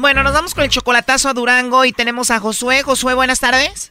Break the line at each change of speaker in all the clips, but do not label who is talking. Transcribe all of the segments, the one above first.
Bueno, nos vamos con el chocolatazo a Durango y tenemos a Josué. Josué, buenas tardes.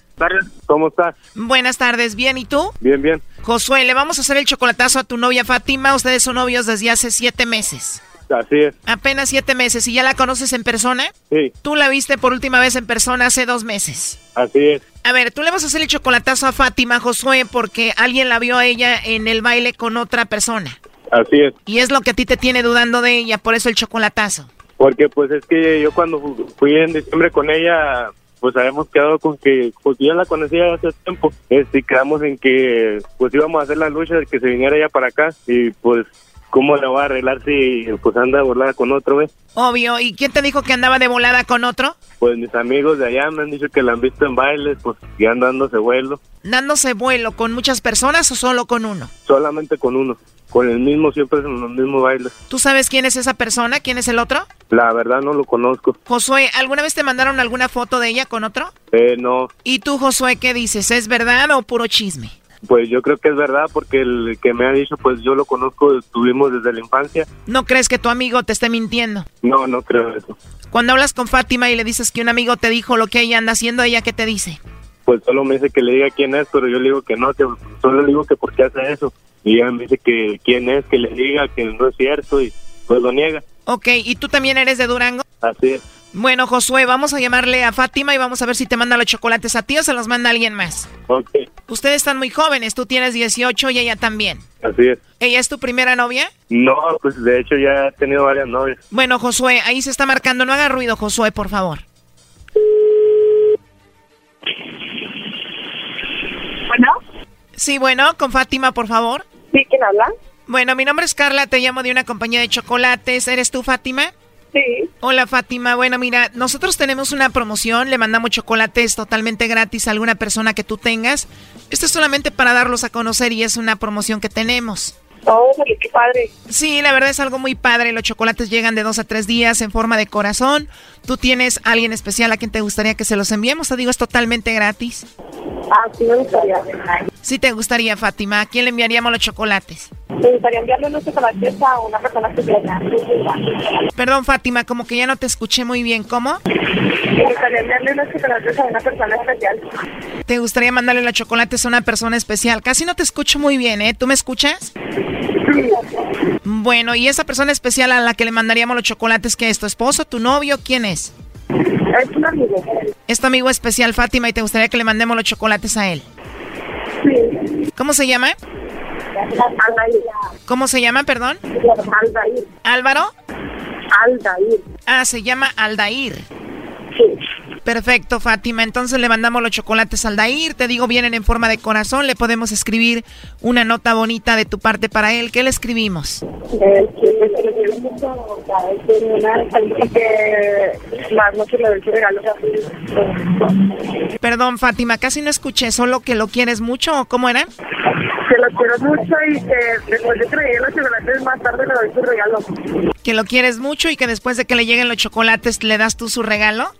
¿Cómo estás?
Buenas tardes, ¿bien? ¿Y tú?
Bien, bien.
Josué, le vamos a hacer el chocolatazo a tu novia Fátima. Ustedes son novios desde hace siete meses.
Así es.
Apenas siete meses. ¿Y ya la conoces en persona?
Sí,
Tú la viste por última vez en persona hace dos meses.
así es.
A ver, tú le vas a hacer el chocolatazo a Fátima, Josué, porque alguien la vio a ella en el baile con otra persona.
Así es.
Y es lo que a ti te tiene dudando de ella, por eso el chocolatazo.
Porque pues es que yo cuando fu- fui en diciembre con ella, pues habíamos quedado con que, pues yo ya la conocía hace tiempo. Este, y quedamos en que pues íbamos a hacer la lucha de que se viniera ella para acá. Y pues, ¿cómo la va a arreglar si pues anda burlada con otro, ¿ves?
Obvio. ¿Y quién te dijo que andaba de volada con otro?
Pues mis amigos de allá me han dicho que la han visto en bailes, pues ya andándose vuelo.
dándose vuelo con muchas personas o solo con uno.
Solamente con uno. Con el mismo, siempre en los mismos bailes.
¿Tú sabes quién es esa persona? ¿Quién es el otro?
La verdad no lo conozco.
Josué, ¿alguna vez te mandaron alguna foto de ella con otro?
Eh, no,
¿Y tú, Josué, qué dices? ¿Es verdad o puro chisme?
Pues yo creo que es verdad, porque el que me ha dicho, pues yo lo conozco, estuvimos desde la infancia.
¿No crees que tu amigo te esté mintiendo?
No, no creo eso.
Cuando hablas con Fátima y le dices que un amigo te dijo lo que ella anda haciendo, ¿ella qué te dice?
Pues solo me dice que le diga quién es, pero yo le digo que no, que solo le digo que por qué hace eso. Y ella me dice que quién es, que le diga que no es cierto, y pues lo niega.
Ok, ¿y tú también eres de Durango?
Así es.
Bueno, Josué, vamos a llamarle a Fátima y vamos a ver si te manda los chocolates a ti o se los manda alguien más.
Ok,
Ustedes están muy jóvenes, tú tienes 18 y ella también.
así es.
¿Ella es tu primera novia?
No, pues de hecho ya he tenido varias novias.
Bueno, Josué, ahí se está marcando. No haga ruido, Josué, por favor.
Bueno,
Sí, bueno, con Fátima, por favor.
¿sí quién habla?
Bueno, mi nombre es Carla, te llamo de una compañía de chocolates. ¿Eres tú, Fátima?
Sí,
Hola, Fátima. Bueno, mira, nosotros tenemos una promoción, le mandamos chocolates totalmente gratis a alguna persona que tú tengas. Esto es solamente para darlos a conocer y es una promoción que tenemos.
órale, Oh, qué padre.
Sí, la verdad es algo muy padre. Los chocolates llegan de dos a tres días en forma de corazón. Tú tienes a alguien especial a quien te gustaría que se los enviemos. Te digo, es totalmente gratis.
Ah, sí, me gustaría.
Sí te gustaría, Fátima. ¿A quién le enviaríamos los chocolates?
Me gustaría enviarle unos chocolates a una persona que se llama. Me
Perdón, Fátima, como que ya no te escuché muy bien. ¿Cómo?
gustaría enviarle unos chocolates a una persona especial.
¿Te gustaría mandarle los chocolates a una persona especial? Casi no te escucho muy bien, ¿eh? ¿Tú me escuchas? Bueno, ¿y esa persona especial a la que le mandaríamos los chocolates qué es? ¿Tu esposo, tu novio? ¿Quién es?
Es un amigo.
Es tu amigo especial, Fátima, y te gustaría que le mandemos los chocolates a él.
Sí.
¿Cómo se llama?
Aldair.
¿Cómo se llama, perdón?
Aldair.
¿Álvaro?
Aldair.
Ah, se llama Aldair.
Sí.
Perfecto, Fátima. Entonces le mandamos los chocolates al Dair. Te digo, vienen en forma de corazón. Le podemos escribir una nota bonita de tu parte para él. ¿Qué le escribimos?
Eh, que me quiere mucho, ¿sabes? Que una- que más no se le doy regalos así.
Perdón, Fátima, casi no escuché. ¿Solo que lo quieres mucho o cómo era?
Que lo quiero mucho y que después de que le lleguen los chocolates más tarde le doy su regalo.
Que lo quieres mucho y que después de que le lleguen los chocolates le das tú su regalo.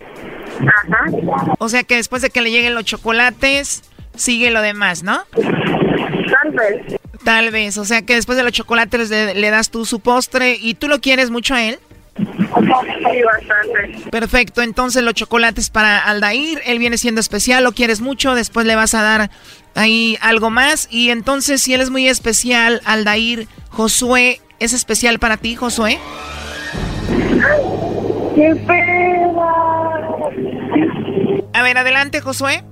Ajá.
O sea que después de que le lleguen los chocolates, sigue lo demás, ¿no?
Tal vez.
Tal vez. O sea que después de los chocolates le, le das tú su postre y tú lo quieres mucho a él.
Sí, bastante.
Perfecto, entonces los chocolates para Aldair, él viene siendo especial, lo quieres mucho, después le vas a dar ahí algo más y entonces si él es muy especial, Aldair, Josué, ¿es especial para ti, Josué?
¡Qué feo!
A ver, adelante, Josué.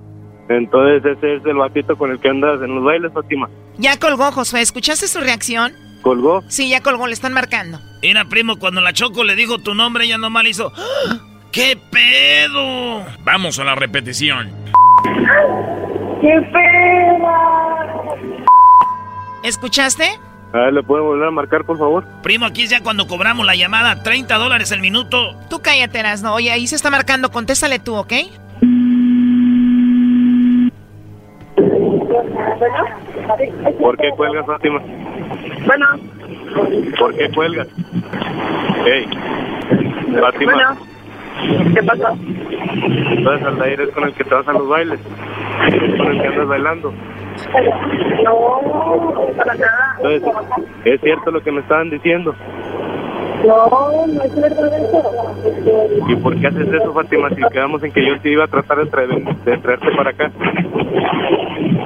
Entonces ese es el batito con el que andas en los bailes, Fátima.
Ya colgó, Josué, ¿escuchaste su reacción?
¿Colgó?
Sí, ya colgó, le están marcando.
Mira, primo, cuando la Choco le dijo tu nombre, ella nomás le hizo... "¡Ah! ¡Qué pedo! Vamos a la repetición.
¡Qué feo!
¿Escuchaste?
A ver, ¿le puedo volver a marcar, por favor?
Primo, aquí es ya cuando cobramos la llamada, 30 dólares el minuto.
Tú cállate, no. Oye, ahí se está marcando, contéstale tú, ¿ok?
Bueno,
¿Por qué cuelgas, Fátima?
Bueno,
¿Por qué cuelgas? Ey, Fátima,
bueno. ¿Qué pasó?
entonces Aldair es con el que te vas a los bailes, con el que andas bailando.
No, para nada.
Entonces, es cierto lo que me estaban diciendo.
No, no es verdad eso.
¿Y por qué haces eso, Fátima, si quedamos en que yo te iba a tratar de, traer- de traerte para acá?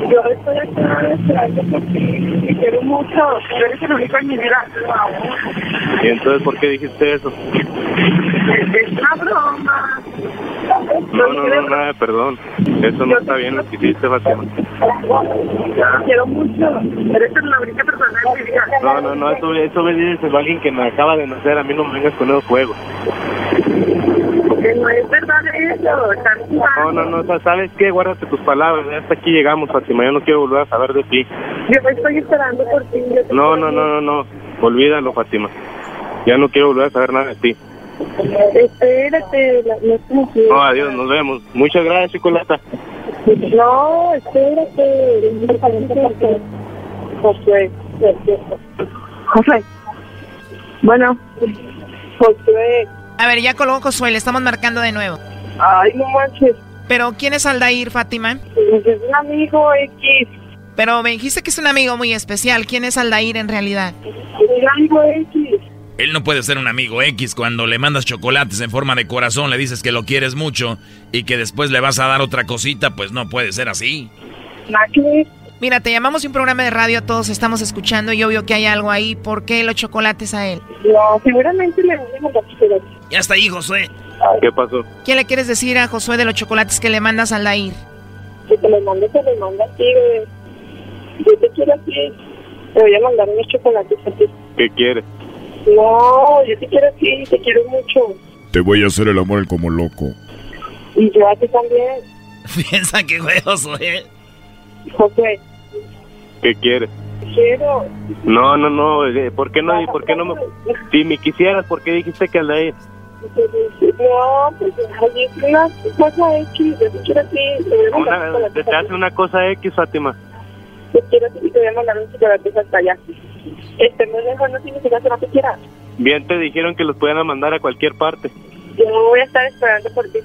Yo estoy acá esperando porque te quiero mucho. Tú eres el único en mi vida.
¿Y entonces por qué dijiste eso?
Es una broma.
No, no, no, nada, de perdón. Eso no está bien lo que hiciste, Fátima.
Te quiero mucho. Eres la única persona en mi vida.
No, no, no, eso, eso me dices a alguien que me acaba de nacer, a mí no me vengas con esos juegos.
Que no es verdad eso. Estás
No, no, no, sa- ¿sabes qué? Guárdate tus palabras, ya hasta aquí llegamos, Fátima, yo no quiero volver a saber de ti.
Yo te estoy esperando por ti. yo te
No, no,
quiero
no, no, no, olvídalo, Fátima. Ya no quiero volver a saber nada de ti.
mucho. Espérate, la- no es como que-
No, adiós, nos vemos. Muchas gracias, Chocolata.
No, espérate. Me parece que- Josué. Josué. Bueno. Josué.
A ver, ya colgó Josué, le estamos marcando de nuevo.
Ay, no manches.
Pero, ¿quién es Aldair, Fátima?
Es un amigo X.
Pero me dijiste que es un amigo muy especial. ¿Quién es Aldair en realidad?
Es un amigo X.
Él no puede ser un amigo X cuando le mandas chocolates en forma de corazón, le dices que lo quieres mucho y que después le vas a dar otra cosita, pues no puede ser así.
Nada que ver.
Mira, te llamamos de un programa de radio, todos estamos escuchando y obvio que hay algo ahí. ¿Por qué los chocolates a él?
No, seguramente le dimos la pero
Ya está ahí, Josué.
¿Qué pasó?
¿Qué le quieres decir a Josué de los chocolates que le mandas a Aldair?
que te lo mande, te lo manda a ti, güey. Yo te quiero a ti. Te voy a mandar unos chocolates a ti.
¿Qué quieres?
No, yo te quiero a ti, te quiero mucho.
Te voy a hacer el amor como loco.
Y yo a ti también,
Piensa que fue Josué.
José.
¿Qué quieres?
Quiero.
No, no, no, eh, ¿por qué no, por qué no me... Si me quisieras, ¿por qué dijiste que E? Aldair?
No, pues ay, es una cosa X, yo te quiero a ti. Te voy a mandar
Una,
unos
te, te
chocolates a ti.
hace una cosa X, Fátima.
Te quiero a ti y te voy a mandar unos chocolates hasta allá. Estemos lejos, no significa que no te quiera.
Bien te dijeron que los podían mandar a cualquier parte.
Yo voy a estar esperando por ti.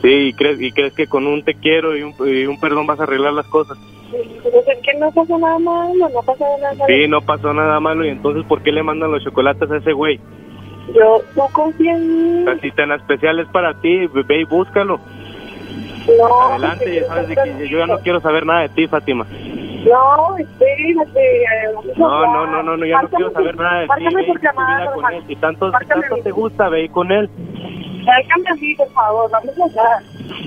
Sí, y crees, y crees que con un te quiero y un, y un perdón vas a arreglar las cosas.
Pues es que no pasó nada malo, no pasó nada malo.
Sí, no pasó nada malo y entonces ¿por qué le mandan los chocolates a ese güey?
Yo no confío en mí.
Así tan especial es para ti, ve y búscalo.
No,
Adelante, ya sabes de que yo ya no quiero saber nada de ti, Fátima.
No, espérate. eh,
No, no, no, no, no ya no quiero saber nada de ti.
Márcame
ve y
por
tu vida
llamada,
con
Román.
él. Si tanto, si
Márcame
tanto
mi-
te gusta, ve y con él.
Márcame a mí, por favor, vamos a hablar.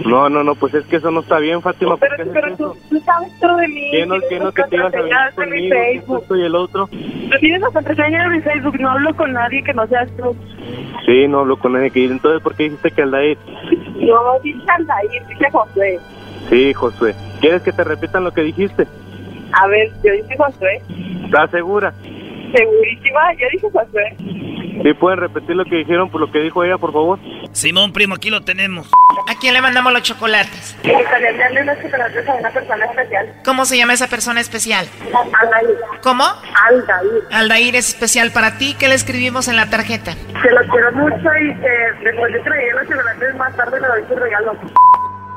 No, no, no, pues es que eso no está bien, Fátima. ¿por qué
Pero,
haces
pero
eso?
tú, tú sabes todo de mí.
¿Quién no,
tienes
quién no
las
que te ibas a venir
contraseñas de mi
conmigo? que esto,
Facebook.
esto y el otro?
Tú tienes la contraseña de mi Facebook, no hablo con nadie que no seas tú.
Sí, no hablo con nadie. que- Entonces, ¿por qué dijiste que Aldair?
No, dice Aldair, dice José.
Sí, Josué. ¿Quieres que te repitan lo que dijiste?
A ver, yo dije José.
¿Estás segura?
Segurísima, yo dije José.
Sí, pueden repetir lo que dijeron por lo que dijo ella, por favor.
Simón, primo, aquí lo tenemos.
¿A quién le mandamos los chocolates?
Me gustaría darle unos chocolates a una persona especial.
¿Cómo se llama esa persona especial?
Aldair.
¿Cómo?
Aldair.
Aldair es especial para ti. ¿Qué le escribimos en la tarjeta?
Que lo quiero mucho y que después de traer los chocolates más tarde le doy su regalo.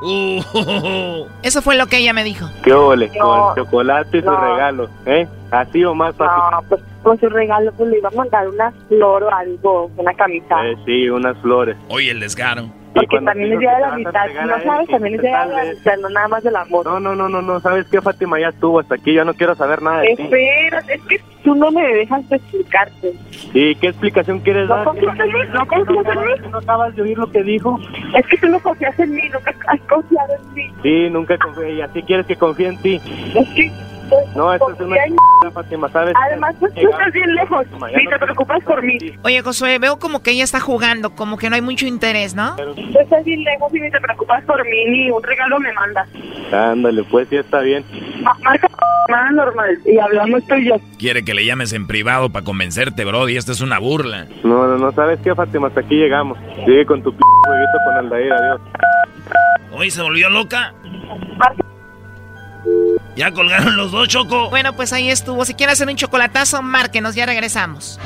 Uh,
Eso fue lo que ella me dijo.
¿Qué ole?
No.
Con chocolate y sus
No.
regalos, ¿eh? Así o más fácil.
No, pues con su regalo pues le iba a mandar una flor o algo, una camisa.
Eh, sí, unas flores.
Oye, el descaro.
Porque
cuando
también
te
es
digo
día
que
de
te
la
vas a
mitad,
pegar a
no
él,
sabes,
que
también es día de la
tal vez-
mitad, no nada más del amor.
No, no, no, no, no. ¿Sabes qué, Fátima? Ya estuvo hasta aquí. Ya no quiero saber nada de
Este,
ti.
Espérate, es que tú no me dejas de explicarte.
¿Y qué explicación quieres
No
dar?
confías en mí, no confías en mí.
¿No acabas de oír lo que dijo?
Es que tú no confías en mí, nunca has confiado en mí.
Sí, nunca confié. Y así quieres que confíe en ti.
Es que
No, esto es una
Porque hay-
m******, Fátima, ¿sabes?
Además, pues tú estás bien lejos y te preocupas por mí.
Oye, Josué, veo como que ella está jugando, como que no hay mucho interés, ¿no?
Tú estás bien lejos y ni te preocupas por mí, ni un regalo me mandas.
Ándale, pues sí está bien.
Ma- Marca nada normal y hablamos tú y yo.
Quiere que le llames en privado para convencerte, Brody. Esta es una burla.
No, no, no, ¿sabes qué, Fátima? Hasta aquí llegamos. Sigue con tu p*** jueguito con Aldair, adiós.
Hoy se volvió loca.
Marca
Ya colgaron los dos, Choco.
Bueno, pues ahí estuvo. Si quieren hacer un chocolatazo, márquenos, ya regresamos.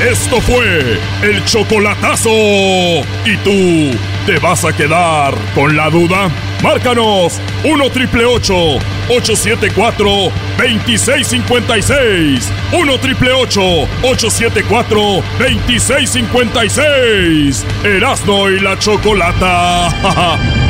Esto fue el chocolatazo. ¿Y tú te vas a quedar con la duda? Márcanos 1 triple 874 2656. 1 triple 874 2656. Erasno y la chocolata.